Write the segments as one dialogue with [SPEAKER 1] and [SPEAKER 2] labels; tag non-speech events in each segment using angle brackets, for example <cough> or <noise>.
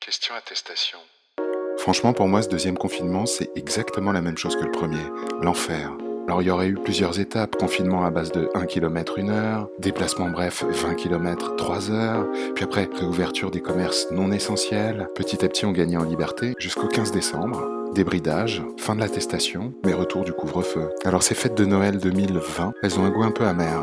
[SPEAKER 1] Question attestation.
[SPEAKER 2] Franchement, pour moi, ce deuxième confinement, c'est exactement la même chose que le premier. L'enfer. Alors, il y aurait eu plusieurs étapes. Confinement à base de 1 km 1 heure, déplacement bref 20 km 3 heures, puis après, réouverture des commerces non essentiels. Petit à petit, on gagnait en liberté jusqu'au 15 décembre. Débridage, fin de l'attestation, mais retour du couvre-feu. Alors, ces fêtes de Noël 2020, elles ont un goût un peu amer.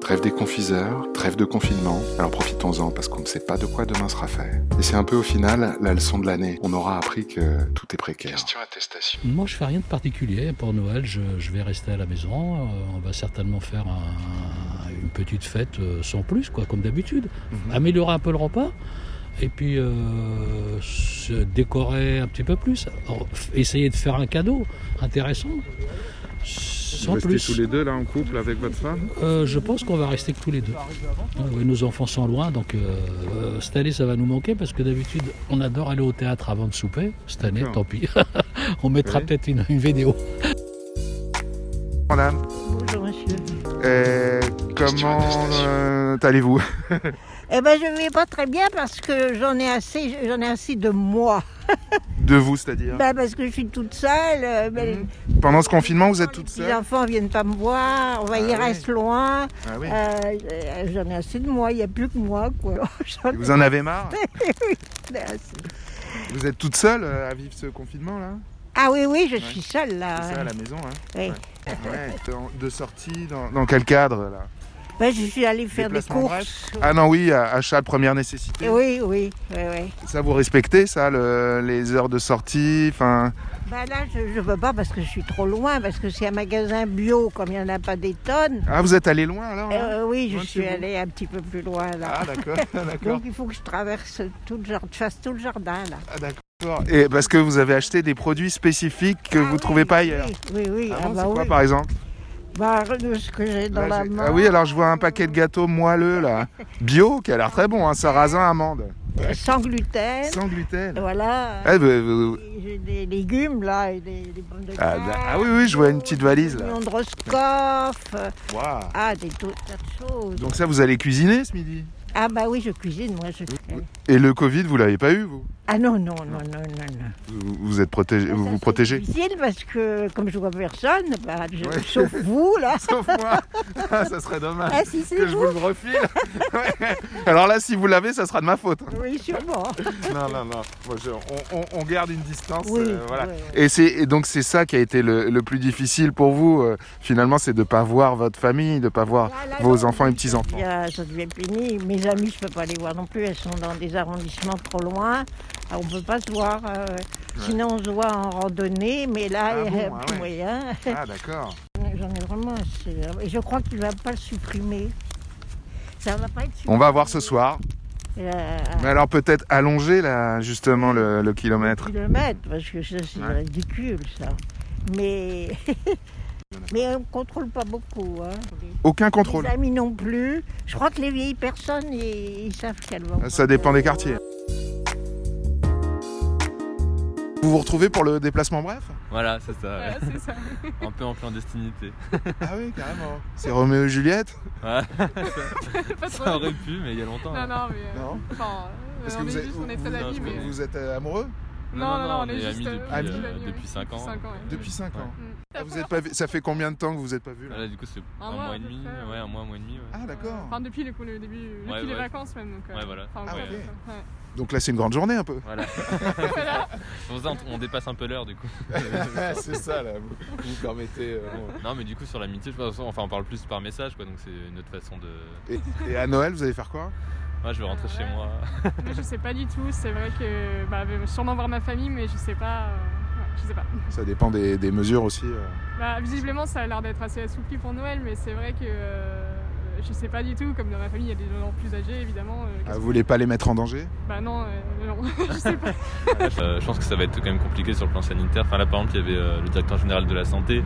[SPEAKER 2] Trêve des confiseurs, trêve de confinement, alors profitons-en parce qu'on ne sait pas de quoi demain sera fait. Et c'est un peu au final la leçon de l'année. On aura appris que tout est précaire.
[SPEAKER 1] Question attestation.
[SPEAKER 3] Moi, je fais rien de particulier. Pour Noël, je, je vais rester à la maison. Euh, on va certainement faire un- une petite fête euh, sans plus, quoi, comme d'habitude.
[SPEAKER 4] Mhm.
[SPEAKER 3] Améliorer un peu le repas. Et puis euh, se décorer un petit peu plus. Or, f- Essayer de faire un cadeau intéressant. Sans
[SPEAKER 4] Vous restez
[SPEAKER 3] plus.
[SPEAKER 4] tous les deux là en couple avec votre femme
[SPEAKER 3] Euh, je pense qu'on va rester que tous les deux. Ah oui, nos enfants sont loin, donc euh, euh, cette année ça va nous manquer parce que d'habitude on adore aller au théâtre avant de souper. Cette année,
[SPEAKER 4] D'accord.
[SPEAKER 3] tant pis. on mettra
[SPEAKER 4] Oui.
[SPEAKER 3] peut-être une, une vidéo.
[SPEAKER 4] Madame,
[SPEAKER 5] Bonjour monsieur.
[SPEAKER 4] euh, comment
[SPEAKER 1] attestation.
[SPEAKER 4] euh, allez-vous
[SPEAKER 5] Eh ben je vais pas très bien parce que j'en ai assez, j'en ai assez de moi.
[SPEAKER 4] De vous, c'est-à-dire
[SPEAKER 5] Ben, parce que je suis toute seule. euh, ben,
[SPEAKER 4] Pendant ce confinement, Mhm. vous êtes toute
[SPEAKER 5] Les
[SPEAKER 4] seule
[SPEAKER 5] enfants viennent pas me voir, on va
[SPEAKER 4] Ah
[SPEAKER 5] y
[SPEAKER 4] oui.
[SPEAKER 5] reste loin.
[SPEAKER 4] Ah oui.
[SPEAKER 5] Euh, euh, j'en ai assez de moi, il n'y a plus que moi quoi. <laughs> J'en
[SPEAKER 4] Et Vous en avez
[SPEAKER 5] <laughs>
[SPEAKER 4] marre
[SPEAKER 5] ai assez.
[SPEAKER 4] Vous êtes toute seule euh, à vivre ce confinement là
[SPEAKER 5] Ah oui oui, je
[SPEAKER 4] Ouais.
[SPEAKER 5] suis seule là.
[SPEAKER 4] C'est ça à la maison hein
[SPEAKER 5] Oui.
[SPEAKER 4] <laughs> Ouais, dans- de sortie, dans, dans quel cadre là
[SPEAKER 5] Ben, je suis allée faire des
[SPEAKER 4] Déplacement
[SPEAKER 5] courses.
[SPEAKER 4] Ah non, oui, euh, achat de première nécessité.
[SPEAKER 5] Oui, oui, oui, oui.
[SPEAKER 4] Ça, vous respectez ça, le- les heures de sortie Enfin,
[SPEAKER 5] Ben là, je ne peux pas parce que je suis trop loin, parce que c'est un magasin bio, comme il n'y en a pas des tonnes.
[SPEAKER 4] ah, vous êtes allé loin alors là
[SPEAKER 5] Euh, oui, je
[SPEAKER 4] Loin de
[SPEAKER 5] suis
[SPEAKER 4] chez vous.
[SPEAKER 5] allée un petit peu plus loin là.
[SPEAKER 4] Ah, d'accord, <laughs> d'accord.
[SPEAKER 5] Donc il faut que je traverse tout le jardin, je fasse tout le jardin là.
[SPEAKER 4] Ah, d'accord. Et parce que vous avez acheté des produits spécifiques que vous
[SPEAKER 5] Ah
[SPEAKER 4] ne trouvez
[SPEAKER 5] oui,
[SPEAKER 4] pas ailleurs.
[SPEAKER 5] Oui, oui, oui.
[SPEAKER 4] Ah
[SPEAKER 5] Ah,
[SPEAKER 4] bon,
[SPEAKER 5] bah
[SPEAKER 4] c'est quoi
[SPEAKER 5] oui.
[SPEAKER 4] par exemple
[SPEAKER 5] Bah, regarde ce que j'ai dans
[SPEAKER 4] Là,
[SPEAKER 5] la
[SPEAKER 4] j'ai-
[SPEAKER 5] main.
[SPEAKER 4] ah oui, alors je vois un paquet de gâteaux moelleux là. Bio qui a l'air très bon, hein. sarrasin, amande.
[SPEAKER 5] Sans gluten.
[SPEAKER 4] Sans gluten.
[SPEAKER 5] Voilà.
[SPEAKER 4] Eh, bah, vous-
[SPEAKER 5] Et J'ai des légumes là et des, des pommes de terre.
[SPEAKER 4] Ah, bah, ah oui, oui, je vois une petite valise, là.
[SPEAKER 5] Des oignons de Roscoff. euh,
[SPEAKER 4] Waouh.
[SPEAKER 5] Ah, des tout tas de choses.
[SPEAKER 4] Donc ça, vous allez cuisiner ce midi
[SPEAKER 5] Ah bah oui, je cuisine, moi je
[SPEAKER 4] Et le Covid, vous l'avez pas eu, vous
[SPEAKER 5] Ah non, non, non, non, non. non.
[SPEAKER 4] Vous, vous êtes protégé, vous
[SPEAKER 5] Ça,
[SPEAKER 4] vous
[SPEAKER 5] c'est
[SPEAKER 4] protégez
[SPEAKER 5] difficile parce que comme je vois personne, bah, je-
[SPEAKER 4] Ouais.
[SPEAKER 5] sauf vous
[SPEAKER 4] <laughs>
[SPEAKER 5] là.
[SPEAKER 4] <laughs> Sauf moi Ah, Ça serait dommage
[SPEAKER 5] Ah si, c'est
[SPEAKER 4] que je
[SPEAKER 5] vous.
[SPEAKER 4] vous le refile. <laughs> Ouais. Alors là, si vous l'avez, ça sera de ma faute. <laughs>
[SPEAKER 5] Oui, sûrement.
[SPEAKER 4] Non, non, non. Moi, je- on, on- on garde une distance.
[SPEAKER 5] Oui,
[SPEAKER 4] euh, voilà.
[SPEAKER 5] ouais, ouais.
[SPEAKER 4] Et, c'est, et donc c'est ça qui a été le, le plus difficile pour vous, euh, finalement, c'est de ne pas voir votre famille, de ne pas voir
[SPEAKER 5] Ah, là,
[SPEAKER 4] vos
[SPEAKER 5] non,
[SPEAKER 4] enfants et
[SPEAKER 5] ça
[SPEAKER 4] petits-enfants.
[SPEAKER 5] devient- Ça devient pénible. Mes amis, je peux pas les voir non plus. Elles sont dans des arrondissements trop loin. Ah, On on peut pas se voir. euh, Sinon, on se voit en randonnée, mais là,
[SPEAKER 4] Ah
[SPEAKER 5] il n'y a
[SPEAKER 4] bon, ah
[SPEAKER 5] plus <laughs>
[SPEAKER 4] ouais.
[SPEAKER 5] moyen.
[SPEAKER 4] Ah d'accord.
[SPEAKER 5] J'en ai vraiment assez. hein. Et je crois qu'il va pas le supprimer. Ça va pas être
[SPEAKER 4] On va voir ce soir.
[SPEAKER 5] supprimé, euh,
[SPEAKER 4] Mais alors peut-être allonger là justement le, le
[SPEAKER 5] à
[SPEAKER 4] kilomètre.
[SPEAKER 5] kilomètre, parce que ça, c'est
[SPEAKER 4] Ouais.
[SPEAKER 5] ridicule, ça. Mais. <laughs> Mais on contrôle pas beaucoup. Hein.
[SPEAKER 4] Aucun contrôle.
[SPEAKER 5] Les amis non plus. Je crois que les vieilles personnes, ils, ils savent qu'elles vont.
[SPEAKER 4] Ça dépend des quartiers. Vous vous retrouvez pour le déplacement bref
[SPEAKER 6] Voilà, c'est ça. ouais. <laughs> un peu
[SPEAKER 7] <laughs>
[SPEAKER 6] en clandestinité.
[SPEAKER 4] Ah oui, carrément. C'est Roméo et Juliette
[SPEAKER 6] Ouais,
[SPEAKER 7] Pas trop.
[SPEAKER 6] ça aurait pu, mais il y a longtemps.
[SPEAKER 7] Non,
[SPEAKER 6] hein.
[SPEAKER 7] non, mais. euh,
[SPEAKER 4] Non.
[SPEAKER 7] Enfin, euh,
[SPEAKER 4] Parce que
[SPEAKER 7] on est
[SPEAKER 4] vous êtes-
[SPEAKER 7] juste, on est très
[SPEAKER 4] vous-
[SPEAKER 6] vous-
[SPEAKER 7] amis, mais.
[SPEAKER 4] Vous êtes euh, amoureux
[SPEAKER 7] Non, non, non, on est
[SPEAKER 6] est
[SPEAKER 7] juste
[SPEAKER 6] amis
[SPEAKER 7] euh,
[SPEAKER 6] depuis,
[SPEAKER 4] amis.
[SPEAKER 6] euh,
[SPEAKER 7] ouais.
[SPEAKER 6] depuis 5 ans.
[SPEAKER 7] cinq ans, ouais.
[SPEAKER 4] Depuis 5 ans.
[SPEAKER 7] Mm.
[SPEAKER 4] Ah, vous êtes pas vu- Ça fait combien de temps que vous vous êtes pas vu
[SPEAKER 6] Ah,
[SPEAKER 7] Euh,
[SPEAKER 4] là
[SPEAKER 6] Là, du coup, c'est un,
[SPEAKER 7] mois,
[SPEAKER 6] mois
[SPEAKER 7] à
[SPEAKER 6] et
[SPEAKER 7] peu
[SPEAKER 6] demi.
[SPEAKER 7] près, ouais.
[SPEAKER 6] Ouais, un mois, un mois et demi. ouais.
[SPEAKER 4] Ah d'accord.
[SPEAKER 7] Enfin, depuis le, coup- le début, depuis
[SPEAKER 6] Ouais,
[SPEAKER 7] les
[SPEAKER 6] ouais.
[SPEAKER 7] vacances même. Donc, euh,
[SPEAKER 6] Ouais, voilà.
[SPEAKER 7] Enfin,
[SPEAKER 4] Ah,
[SPEAKER 7] ouais.
[SPEAKER 4] ok.
[SPEAKER 7] ouais.
[SPEAKER 4] Donc là c'est une grande journée un peu.
[SPEAKER 6] <laughs> Voilà. C'est pour ça, on- on dépasse un peu
[SPEAKER 7] <laughs>
[SPEAKER 6] l'heure, du coup.
[SPEAKER 4] <laughs> c'est ça là, vous, vous permettez. euh, bon.
[SPEAKER 6] Non, mais du coup, sur l'amitié, je pense, enfin, on parle plus par message, quoi. Donc, c'est une autre façon de.
[SPEAKER 4] Et, et à Noël vous allez faire quoi
[SPEAKER 6] Moi, je vais rentrer chez moi.
[SPEAKER 7] Moi, je sais pas du tout. C'est vrai que. Bah, je vais sûrement voir ma famille, mais je sais pas. euh, ouais, je sais pas.
[SPEAKER 4] Ça dépend des, des mesures aussi. euh.
[SPEAKER 7] Bah, visiblement, ça a l'air d'être assez assoupli pour Noël, mais c'est vrai que. euh, je sais pas du tout. Comme dans ma famille, il y a des gens plus âgés, évidemment. euh,
[SPEAKER 4] Ah,
[SPEAKER 7] qu'est-ce
[SPEAKER 4] vous
[SPEAKER 7] que-
[SPEAKER 4] voulez pas les mettre en danger
[SPEAKER 7] Bah, non, euh, non. <laughs> je sais pas.
[SPEAKER 6] Euh, je pense que ça va être quand même compliqué sur le plan sanitaire. Enfin, là, par exemple, il y avait euh, le directeur général de la santé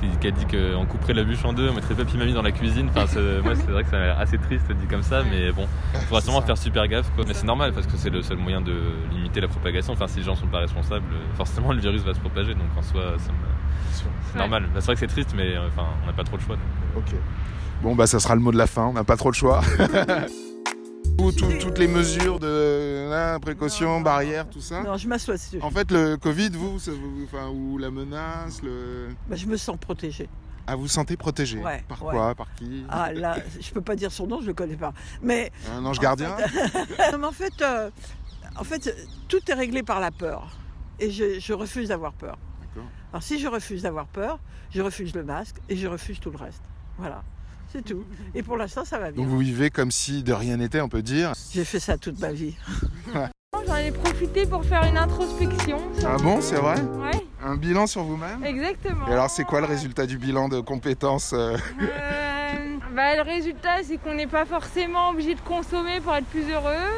[SPEAKER 6] qui, qui a dit qu'on couperait la bûche en deux, on mettrait papy mamie dans la cuisine. Enfin, c'est- moi, c'est vrai que ça m'a l'air assez triste dit comme ça, mais bon, il faudra
[SPEAKER 4] C'est
[SPEAKER 6] sûrement
[SPEAKER 4] ça.
[SPEAKER 6] faire super gaffe. Quoi. Mais c'est normal parce que c'est le seul moyen de limiter la propagation. Enfin, si les gens sont pas responsables, euh, forcément, le virus va se propager. Donc, en soi, ça me- c'est
[SPEAKER 7] Ouais.
[SPEAKER 6] normal. Bah, C'est vrai que c'est triste, mais euh, enfin, on n'a pas trop le choix. donc, euh,
[SPEAKER 4] <laughs> Ok. Bon bah ça sera le mot de la fin, on n'a pas trop le choix. Tout- tout- toutes les mesures de là, précaution,
[SPEAKER 7] Non.
[SPEAKER 4] barrières, tout ça.
[SPEAKER 1] Non, je m'assois. dessus.
[SPEAKER 4] En fait, le Covid, vous, ça vous- enfin, ou la menace, le...
[SPEAKER 1] Bah, je me sens protégée.
[SPEAKER 4] ah, vous sentez protégé.
[SPEAKER 1] Ouais,
[SPEAKER 4] Par
[SPEAKER 1] ouais.
[SPEAKER 4] quoi Par qui
[SPEAKER 1] Ah là, je peux pas dire son nom, je le connais pas. Mais
[SPEAKER 4] Un ange gardien
[SPEAKER 1] Ah, non, mais en fait, euh, en fait, tout est réglé par la peur. Et je, je refuse d'avoir peur.
[SPEAKER 4] D'accord.
[SPEAKER 1] Alors si je refuse d'avoir peur, je refuse le masque et je refuse tout le reste. Voilà, c'est tout. Et pour l'instant, ça va bien.
[SPEAKER 4] Donc vous vivez comme si de rien n'était, on peut dire.
[SPEAKER 1] J'ai fait ça toute ma vie.
[SPEAKER 8] <laughs> J'en ai profité pour faire une introspection.
[SPEAKER 4] Ah bon, c'est vrai
[SPEAKER 8] Ouais,
[SPEAKER 4] Un bilan sur vous-même
[SPEAKER 8] exactement.
[SPEAKER 4] Et alors, c'est quoi le résultat du bilan de compétences euh,
[SPEAKER 8] Euh, bah, Le résultat, c'est qu'on n'est pas forcément obligé de consommer pour être plus heureux.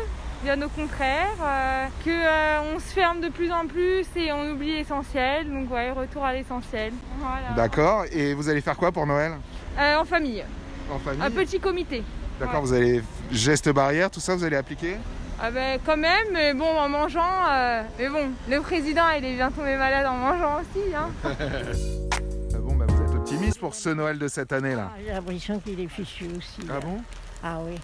[SPEAKER 8] Bien au contraire, euh, que euh, on se ferme de plus en plus et on oublie l'essentiel. Donc ouais, retour à l'essentiel. Voilà.
[SPEAKER 4] D'accord. Et vous allez faire quoi pour Noël
[SPEAKER 8] Euh, en famille,
[SPEAKER 4] En famille
[SPEAKER 8] un petit comité.
[SPEAKER 4] D'accord, vous allez... Gestes barrières, tout ça, vous allez appliquer
[SPEAKER 8] Ah ben, quand même, mais bon, en mangeant. euh, mais bon, le président, il est bien tombé malade en mangeant aussi. Hein.
[SPEAKER 4] Ah Bon, bah, vous êtes optimiste pour ce Noël de cette année-là.
[SPEAKER 5] Ah, J'ai l'impression qu'il est fichu aussi. là.
[SPEAKER 4] Ah bon
[SPEAKER 5] Ah oui.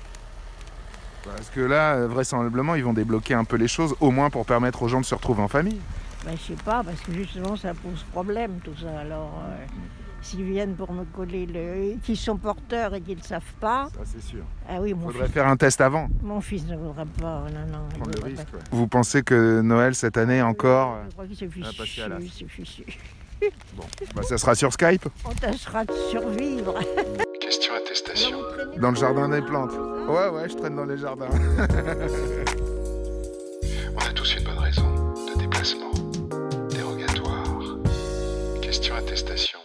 [SPEAKER 4] Parce que là, euh, vraisemblablement, ils vont débloquer un peu les choses, au moins pour permettre aux gens de se retrouver en famille.
[SPEAKER 5] Ben, je sais pas, parce que justement, ça pose problème tout ça. Alors, euh, s'ils viennent pour me coller le. qu'ils sont porteurs et qu'ils ne savent pas.
[SPEAKER 4] Ça, c'est sûr.
[SPEAKER 5] Ah oui, mon,
[SPEAKER 4] Faudrait
[SPEAKER 5] fils,
[SPEAKER 4] faire un test avant,
[SPEAKER 5] mon fils ne voudra pas. Non, non. il
[SPEAKER 4] prendre le
[SPEAKER 5] voudra
[SPEAKER 4] risque.
[SPEAKER 5] pas.
[SPEAKER 4] ouais. Vous pensez que Noël cette année encore, euh,
[SPEAKER 5] Je crois que c'est
[SPEAKER 4] va passer à la-
[SPEAKER 5] fichu, c'est fichu.
[SPEAKER 4] euh, bah, ça sera sur Skype,
[SPEAKER 5] On tâchera de survivre.
[SPEAKER 2] Question attestation.
[SPEAKER 4] dans le jardin des plantes. Ouais, ouais, je traîne dans les jardins.
[SPEAKER 2] On a tous une bonne raison de déplacement. Dérogatoire. Question attestation.